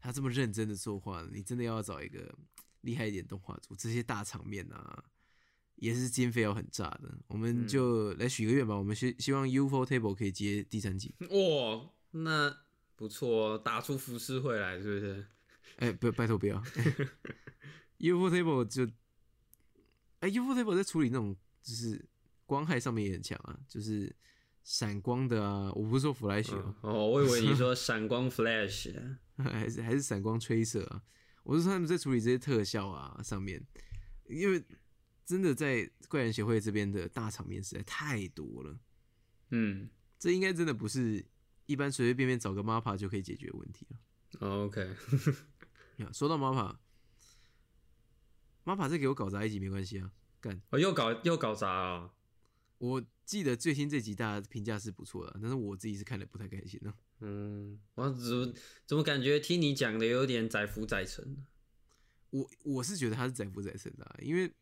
S1: 他这么认真的作画，你真的要找一个厉害一点动画组，这些大场面啊。也是经费要很炸的，我们
S2: 嗯
S1: 就来许个愿吧。我们希希望 UFO Table 可以接第三季，
S2: 哇、那不错哦，打出浮世绘来是不是？
S1: 哎、不，拜托不要。UFO Table 就，哎、u f o Table 在处理那种就是光害上面也很强啊，就是闪光的啊。我不是说 Flash 哦
S2: 嗯、哦，我以为你说闪光 Flash，啊
S1: [laughs] 还是还是闪光吹射啊。我是说他们在处理这些特效啊上面，因为真的在怪人协会这边的大场面实在太多了，
S2: 嗯
S1: 这应该真的不是一般随随便便找个 MAPA 就可以解决的问题了。
S2: 哦，OK， [laughs]
S1: 啊说到 MAPA，MAPA 再给我搞砸一集没关系啊，干。
S2: 我、哦又搞又搞砸了哦、
S1: 我记得最新这集大家评价是不错的，但是我自己是看的不太开心啊。
S2: 嗯，我怎么怎么感觉听你讲的有点载浮载沉？
S1: 我我是觉得他是载不载神的啊、因为，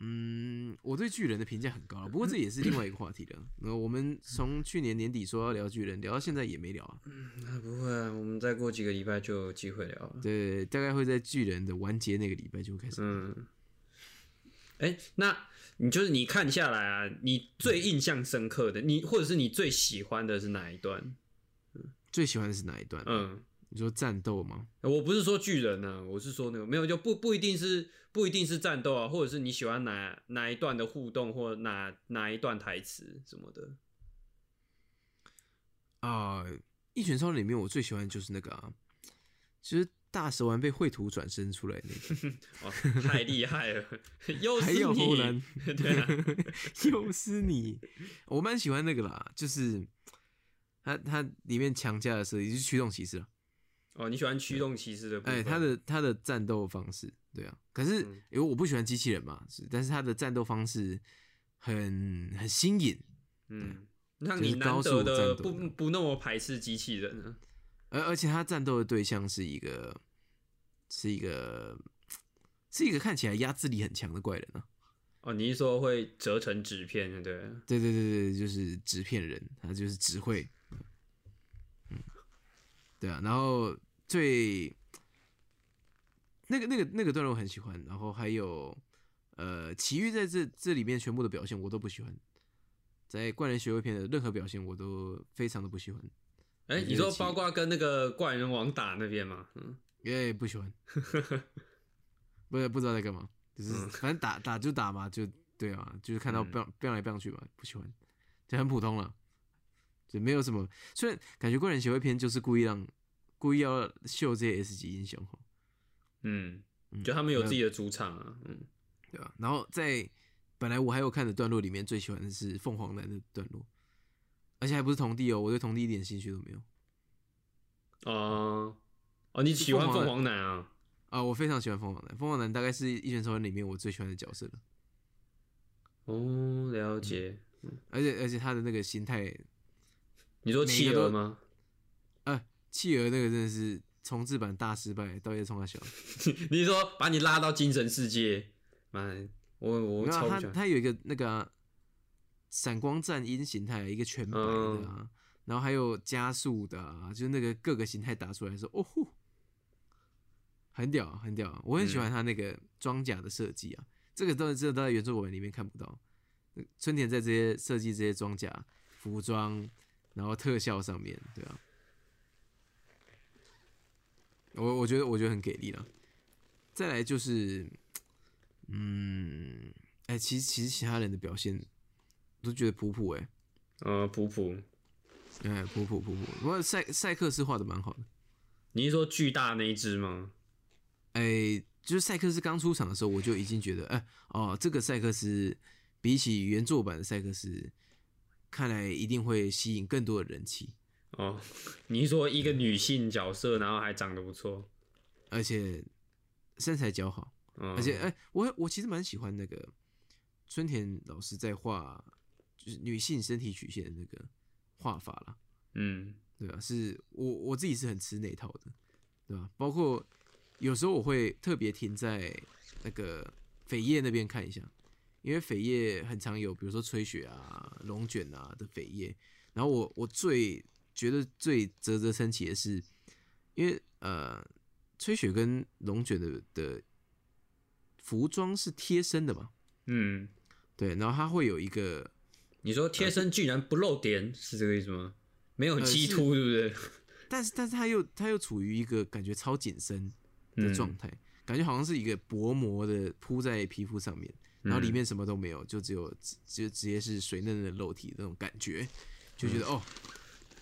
S1: 嗯，我对巨人的评价很高啊，不过这也是另外一个话题了。那我们从去年年底说要聊巨人，聊到现在也没聊啊。
S2: 那不会啊，我们再过几个礼拜就有机会聊了。
S1: 对，大概会在巨人的完结那个礼拜就会开始。
S2: 嗯，哎、那你就是你看下来啊，你最印象深刻的，你或者是你最喜欢的是哪一段？
S1: 最喜欢的是哪一段？啊
S2: 嗯。
S1: 你说战斗吗？
S2: 我不是说巨人啊，我是说那个没有就不不一定是不一定是战斗啊，或者是你喜欢哪哪一段的互动或哪哪一段台词什么的。 [laughs]
S1: 啊、一拳超人里面我最喜欢的就是那个啊，就是大蛇丸被绘图转身出来的那个。
S2: 哦，太厉害了， [laughs] 又
S1: 还
S2: 是
S1: 有
S2: 你
S1: 荷兰，
S2: [laughs] 对啊，
S1: [laughs] 又是你，我蛮喜欢那个啦，就是他他里面强加的设计就是驱动骑士了，
S2: 哦，你喜欢驱动骑士的部分？
S1: 哎、他的他的战斗方式，对啊，可是
S2: 嗯
S1: 因为我不喜欢机器人嘛，是但是他的战斗方式很很新颖，
S2: 嗯，让
S1: 就是
S2: 你难
S1: 高速
S2: 得的
S1: 战斗
S2: 不
S1: 的
S2: 不那么排斥机器人啊。
S1: 而而且他战斗的对象是一个是一个是一个看起来压制力很强的怪人啊，
S2: 哦，你是说会折成纸片对不对？
S1: 对对对对，就是纸片人，他就是只会，嗯，对啊，然后最那个那个那个段落我很喜欢，然后还有呃，其余在这这里面全部的表现我都不喜欢，在怪人学会篇的任何表现我都非常的不喜欢，
S2: 哎、
S1: 我觉
S2: 你
S1: 得
S2: 说
S1: 其
S2: 包括跟那个怪人王打那边吗？嗯，
S1: 也不喜
S2: [laughs]
S1: 欢，不不知道在干嘛，就是反正打打就打嘛，就对啊，就是看到
S2: 嗯
S1: 变变来变去嘛，不喜欢，就很普通了，就没有什么。虽然感觉怪人协会篇就是故意让故意要秀这些 S 级英雄吼，
S2: 嗯，
S1: 嗯
S2: 就他们有自
S1: 那
S2: 己的主场啊。嗯，
S1: 对吧、然后在本来我还有看的段落里面，最喜欢的是凤凰男的段落，而且还不是童弟哦，我对童弟一点兴趣都没有
S2: 哦、哦，你喜欢
S1: 凤凰男
S2: 凤凰男啊？
S1: 啊，我非常喜欢凤凰男，凤凰男大概是一拳超人里面我最喜欢的角色了。
S2: 哦，了解。
S1: 嗯而且而且他的那个心态
S2: 你说
S1: 每
S2: 企
S1: 个都
S2: 鹅吗？ [laughs]
S1: 啊，企鹅那个真的是重置版大失败，到底在冲他小？
S2: 你说把你拉到精神世界，妈的，我我
S1: 没有
S2: 超
S1: 啊
S2: 不
S1: 他
S2: 喜欢。
S1: 他有一个那个啊、闪光战鹰形态，啊一个全白的啊，
S2: 嗯
S1: 然后还有加速的啊，就是那个各个形态打出来说，哦吼，很屌啊很屌啊，我很喜欢他那个装甲的设计啊，这个都这个都在原作文里面看不到，呃春田在这些设计这些装甲、服装，然后特效上面，对啊。我我觉得我觉得很给力了，再来就是，嗯，哎、其实其实其他人的表现都觉得普普哎、
S2: 呃，普普，
S1: 哎、普普普普，不过赛赛克是画的蛮好的，
S2: 你是说巨大那一只吗？
S1: 哎、就是赛克斯刚出场的时候，我就已经觉得，哎、哦，这个赛克斯比起原作版的赛克斯，看来一定会吸引更多的人气，
S2: 哦，你是说一个女性角色，然后还长得不错，
S1: 而且身材姣好，
S2: 嗯，
S1: 而且哎、我我其实蛮喜欢那个春田老师在画就是女性身体曲线的那个画法啦。
S2: 嗯，
S1: 对啊，是我我自己是很吃那一套的，对吧、包括有时候我会特别停在那个扉页那边看一下，因为扉页很常有，比如说吹雪啊、龙卷啊的扉页。然后我我最觉得最啧啧称奇的是，因为呃，吹雪跟龙卷的的服装是贴身的嘛，
S2: 嗯，
S1: 对，然后它会有一个
S2: 你说贴身居然不露点，是这个意思吗？没有
S1: 呃
S2: 鸡
S1: 是
S2: 突，对不对？
S1: 但是但是他又他又处于一个感觉超紧身
S2: 嗯
S1: 的状态，感觉好像是一个薄膜的铺在皮肤上面，
S2: 嗯
S1: 然后里面什么都没有，就只有只就直接是水嫩嫩的肉体那种感觉，就觉得、哦，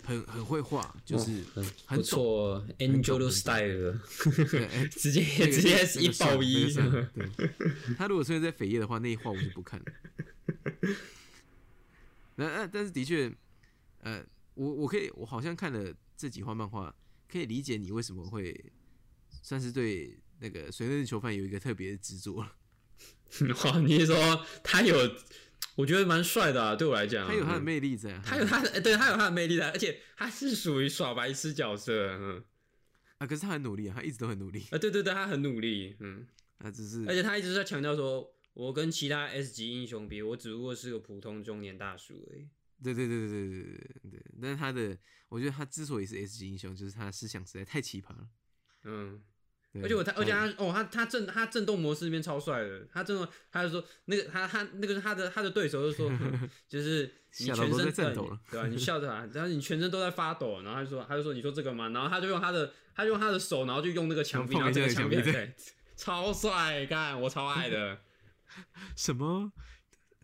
S1: 很很会画，就是
S2: 嗯哦不
S1: 很懂，
S2: 错
S1: 懂
S2: ，Angel
S1: 很
S2: Style，
S1: 对哎
S2: 直接
S1: 那个
S2: 直接
S1: 那个
S2: 一
S1: 算
S2: 爆一，
S1: 那个算对，他如果出现在扉页的话，那一画我就不看了。 [laughs] 那那但是的确，呃，我我可以，我好像看了这几画漫画，可以理解你为什么会算是对那个水嫩囚犯有一个特别的执着了。
S2: 哇，你是说他有，我觉得蛮帅的啊，对我来讲，
S1: 他有他的
S2: 嗯
S1: 魅力在啊，
S2: 他有他的，欸对他有他的魅力的，而且他是属于耍白痴角色，嗯，
S1: 啊，可是他很努力啊，他一直都很努力，
S2: 啊，对对对，他很努力，嗯，
S1: 他只是
S2: 而且他一直在强调说，我跟其他 S 级英雄比，我只不过是个普通中年大叔而已。
S1: 对对对对对对对对，但是他的，我觉得他之所以是 S 级英雄，就是他的思想实在太奇葩了。
S2: 嗯，
S1: 对
S2: 而且我他，而且
S1: 嗯
S2: 他哦，他他震他震动模式那边超帅的，他震动，他就说那个他他那个他的他的对手
S1: [laughs]
S2: 就说，哼就是你
S1: 吓到
S2: 全
S1: 都
S2: 身
S1: 在
S2: 对
S1: 颤抖了
S2: 对吧、你笑着啊，然后你全身都在发抖，然后他就说他就说你说这个吗？然后他就用他的他就用他的手，然后就用那个墙壁，
S1: 碰一
S2: 然后这个
S1: 下墙
S2: 墙壁
S1: 壁对
S2: 对，超帅，干我超爱的。
S1: 什么？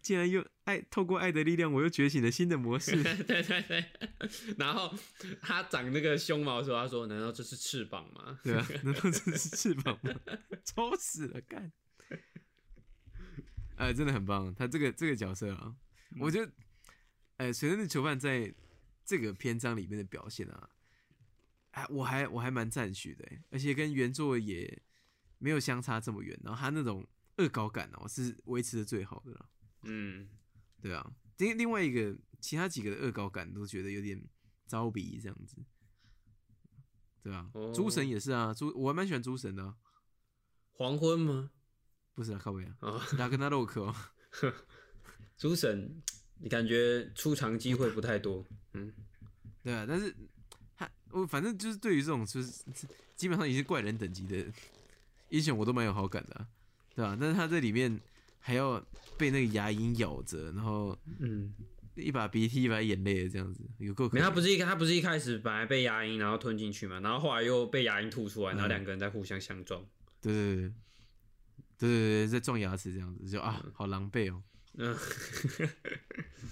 S1: 竟然用爱透过爱的力量，我又觉醒了新的模式。
S2: [laughs] 对对对，然后他长那个胸毛的时候，他说：“难道这是翅膀吗
S1: 对啊，难道这是翅膀吗？ [laughs] 抽死了，干！呃，真的很棒，他这个这个角色啊，我觉得，呃，水生的囚犯在这个篇章里面的表现啊，哎，我还我还蛮赞许的欸，而且跟原作也没有相差这么远，然后他那种恶搞感哦、是维持的最好的了。？”
S2: 嗯，
S1: 对啊，另另外一个其他几个的恶搞感都觉得有点招鼻这样子，对啊，
S2: 哦
S1: 诸神也是啊，诸我还蛮喜欢诸神的啊、
S2: 黄昏吗？
S1: 不是啊，靠北啊，
S2: 啊、
S1: 拉格纳洛克哦，
S2: 诸神，你感觉出场机会不太多。嗯，
S1: [laughs] 对啊，但是他我反正就是对于这种就是基本上已经怪人等级的英雄，我都蛮有好感的、啊，对啊，但是他这里面还要被那个牙龈咬着，然后
S2: 嗯，
S1: 一把鼻涕一把眼泪这样子，有够可
S2: 没有，他不
S1: 怜。
S2: 是一他不是一开始本来被牙龈然后吞进去嘛，然后后来又被牙龈吐出来，然后两个人在互相相撞。
S1: 对对对。对对对，在撞牙齿这样子，就啊，好狼狈哦。
S2: 嗯，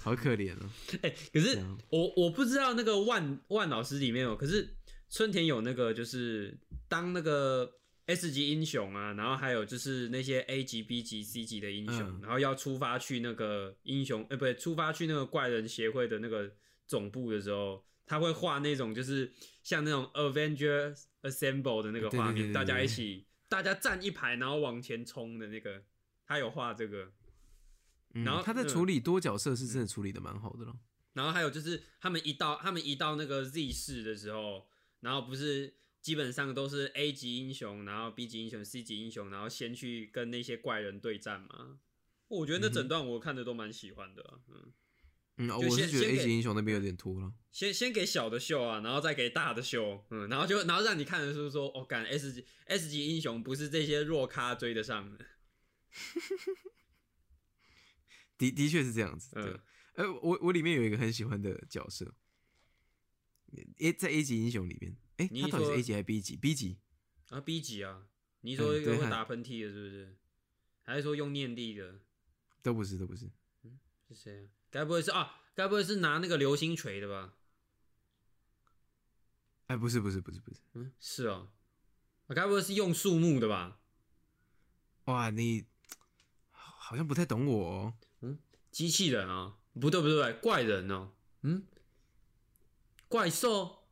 S1: 好可怜哦。
S2: 哎、可是
S1: 对啊
S2: 我我不知道那个万万老师里面有，可是春田有那个就是当那个 S 级英雄啊，然后还有就是那些 A 级、B 级、C 级的英雄，
S1: 嗯
S2: 然后要出发去那个英雄，呃，不对，出发去那个怪人协会的那个总部的时候，他会画那种就是像那种 Avenger Assemble 的那个
S1: 对
S2: 画
S1: 对对
S2: 面，
S1: 对
S2: 大家
S1: 对
S2: 一起大家站一排，然后往前冲的那个，他有画这个。
S1: 嗯
S2: 然后
S1: 他在
S2: 嗯
S1: 处理多角色是真的处理的蛮好的了。
S2: 然后还有就是他们一到他们一到那个 Z 市的时候，然后不是基本上都是 A 级英雄，然后 B 级英雄、C 级英雄，然后先去跟那些怪人对战嘛。我觉得那整段我看的都蛮喜欢的啊、嗯，
S1: 嗯，
S2: 就
S1: 我
S2: 先
S1: 是觉得
S2: 先
S1: A
S2: 给
S1: 级英雄那边有点拖了。
S2: 先先给小的秀啊，然后再给大的秀，嗯，然后就然后让你看的是说，哦，感 S 级 S 级英雄不是这些弱咖追得上的，
S1: 的的确是这样子，对
S2: 嗯。
S1: 呃，我我里面有一个很喜欢的角色，诶，在 A 级英雄里面，诶，
S2: 你
S1: 他到底是
S2: 说
S1: A 级还是 B 级？B 级，
S2: 啊 B 级啊，你说
S1: 嗯
S2: 一
S1: 对
S2: 个会
S1: 他
S2: 打喷嚏的，是不是？还是说用念力的？
S1: 都不是，都不是。
S2: 是谁啊？该不会是啊？该不会是拿那个流星锤的吧？
S1: 哎，不是，不是，不是，不是。
S2: 嗯，是哦。啊，该不会是用树木的吧？
S1: 哇，你好像不太懂我、哦。
S2: 机器人啊、不对不对，怪人哦。嗯，怪兽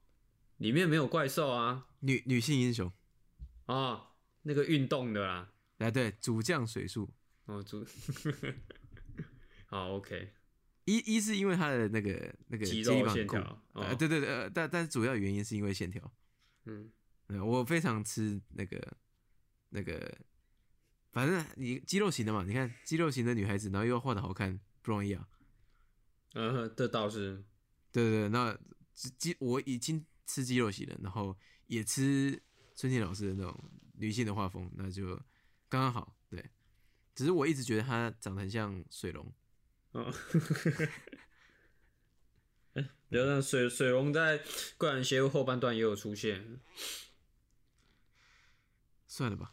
S2: 里面没有怪兽啊
S1: 女女性英雄，
S2: 啊、哦，那个运动的啦。
S1: 哎，对，主将水树。
S2: 哦，主， [laughs] 好 OK，
S1: 一一是因为他的那个那个
S2: 肌
S1: 接
S2: 肉
S1: 力棒很
S2: 线
S1: 酷，
S2: 条
S1: 呃，
S2: 哦
S1: 对对对，呃但但是主要原因是因为线条。
S2: 嗯，
S1: 嗯，我非常吃那个那个，反正你肌肉型的嘛，你看肌肉型的女孩子，然后又要画的好看，不容易啊。
S2: 嗯、哼，这倒是，
S1: 对对对，那肌肌我已经吃肌肉型的，然后也吃春田老师的那种女性的画风，那就刚刚好。对，只是我一直觉得她长得很像水龙，
S2: 哦， [laughs] 哎流浪水水龙在怪人协会后半段也有出现，
S1: 算了吧，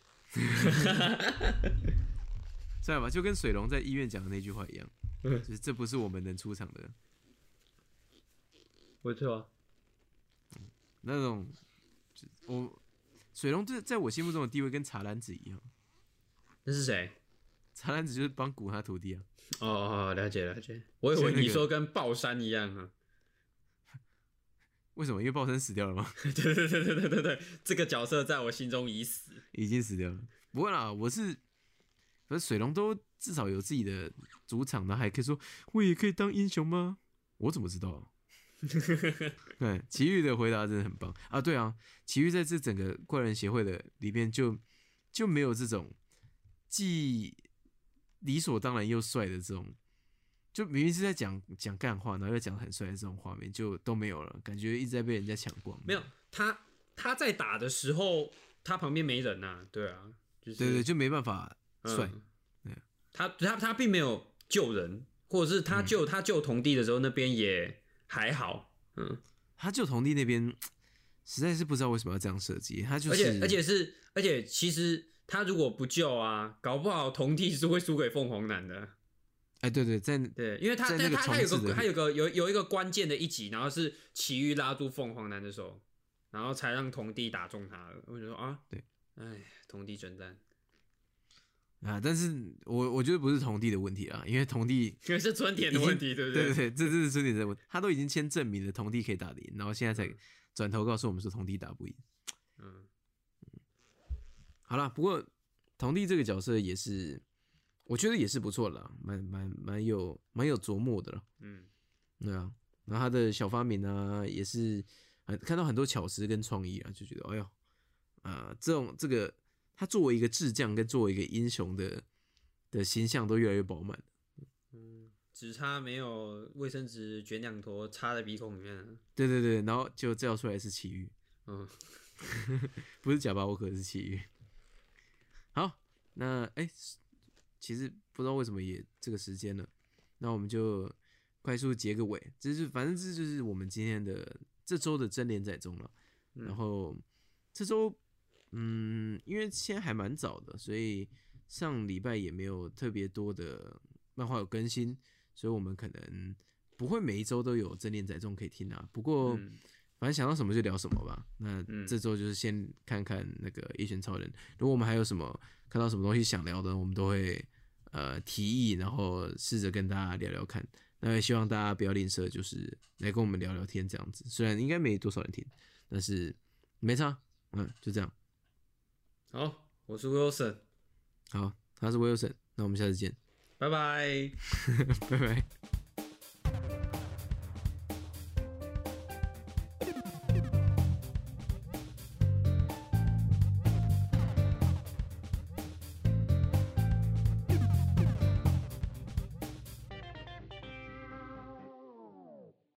S1: 算了吧，就跟水龙在医院讲的那句话一样，
S2: 嗯
S1: 就是这不是我们能出场的
S2: 不错、啊，
S1: 那种。就我水龙在在我心目中的地位跟茶兰子一样，
S2: 那是谁？
S1: 茶兰子就是帮古他徒弟啊，
S2: 哦哦，了解了解。我以
S1: 是
S2: 为
S1: 那
S2: 你
S1: 个
S2: 说跟爆山一样啊。
S1: 为什么？因为爆生死掉了吗？ [laughs]
S2: 对 [laughs] 对对对对对对，这个角色在我心中已 [laughs] 死。
S1: 已经死掉了。不会啦，我是，可是水龙都至少有自己的主场的，还可以说我也可以当英雄吗？我怎么知道啊、对，奇遇的回答真的很棒啊！对啊，奇遇在这整个怪人协会的里面就就没有这种既理所当然又帅的这种，就明明是在讲讲干话，然后又讲得很帅的这种画面就都没有了，感觉一直在被人家抢光。
S2: 没有他，他在打的时候，他旁边没人呐、对啊，就是
S1: 对对，就没办法
S2: 嗯
S1: 帅。
S2: 他他他并没有救人，或者是他救、他救童弟的时候，那边也还好。嗯，
S1: 他就同弟那边实在是不知道为什么要这样设计，他就是
S2: 而且而且是而且其实他如果不救啊，搞不好童弟是会输给凤凰男的。
S1: 哎对对，在
S2: 对，因为他
S1: 在
S2: 他
S1: 那个
S2: 他他有
S1: 虫子
S2: 个
S1: 的
S2: 他有个有有一个关键的一集，然后是奇遇拉住凤凰男的手，然后才让童弟打中他的。我就说啊，
S1: 对，
S2: 哎，童弟真赞，
S1: 啊，但是我我觉得不是同弟的问题啦，因为同弟
S2: [laughs] 因为是春田的问题，对不
S1: 对对
S2: 对
S1: 对，这这是真理的问题，他都已经先证明了同弟可以打得赢，然后现在才转头告诉我们说同弟打不赢。
S2: 嗯，
S1: 好啦，不过同弟这个角色也是，我觉得也是不错的啦，蛮蛮蛮有蛮有琢磨的了。
S2: 嗯，
S1: 对啊，然后他的小发明啊，也是很看到很多巧思跟创意啊，就觉得哎呦，啊、这种这个他作为一个智将跟作为一个英雄的的形象都越来越饱满。
S2: 只差没有卫生纸卷两坨插在鼻孔里面了。
S1: 对对对，然后就叫出来是奇遇，
S2: 嗯，
S1: 不是假巴沃克是奇遇。好，那哎、其实不知道为什么也这个时间了，那我们就快速结个尾，这是反正这就是我们今天的这周的真连载中了。然后这周，嗯，因为现在还蛮早的，所以上礼拜也没有特别多的漫画有更新，所以我们可能不会每一周都有真连载中可以听啊。不过、
S2: 嗯
S1: 反正想到什么就聊什么吧。那
S2: 嗯
S1: 这周就是先看看那个《一拳超人》，如果我们还有什么看到什么东西想聊的，我们都会呃提议，然后试着跟大家聊聊看。那也希望大家不要吝啬，就是来跟我们聊聊天这样子。虽然应该没多少人听，但是没差，嗯，就这样。
S2: 好，我是 Wilson，
S1: 好，他是 Wilson，那我们下次见，
S2: 拜拜。
S1: 拜拜。